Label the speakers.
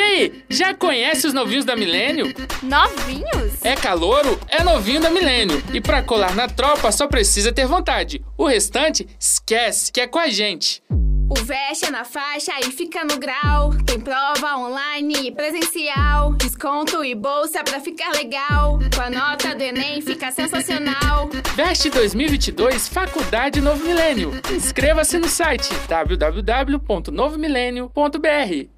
Speaker 1: aí, já conhece os novinhos da Milênio?
Speaker 2: Novinhos?
Speaker 1: É calouro, é novinho da Milênio. E pra colar na tropa só precisa ter vontade. O restante, esquece que é com a gente.
Speaker 2: O veste é na faixa e fica no grau. Tem prova online e presencial. Desconto e bolsa pra ficar legal. Com a nota do Enem fica sensacional.
Speaker 1: Veste 2022 Faculdade Novo Milênio. Inscreva-se no site www.novomilenio.br.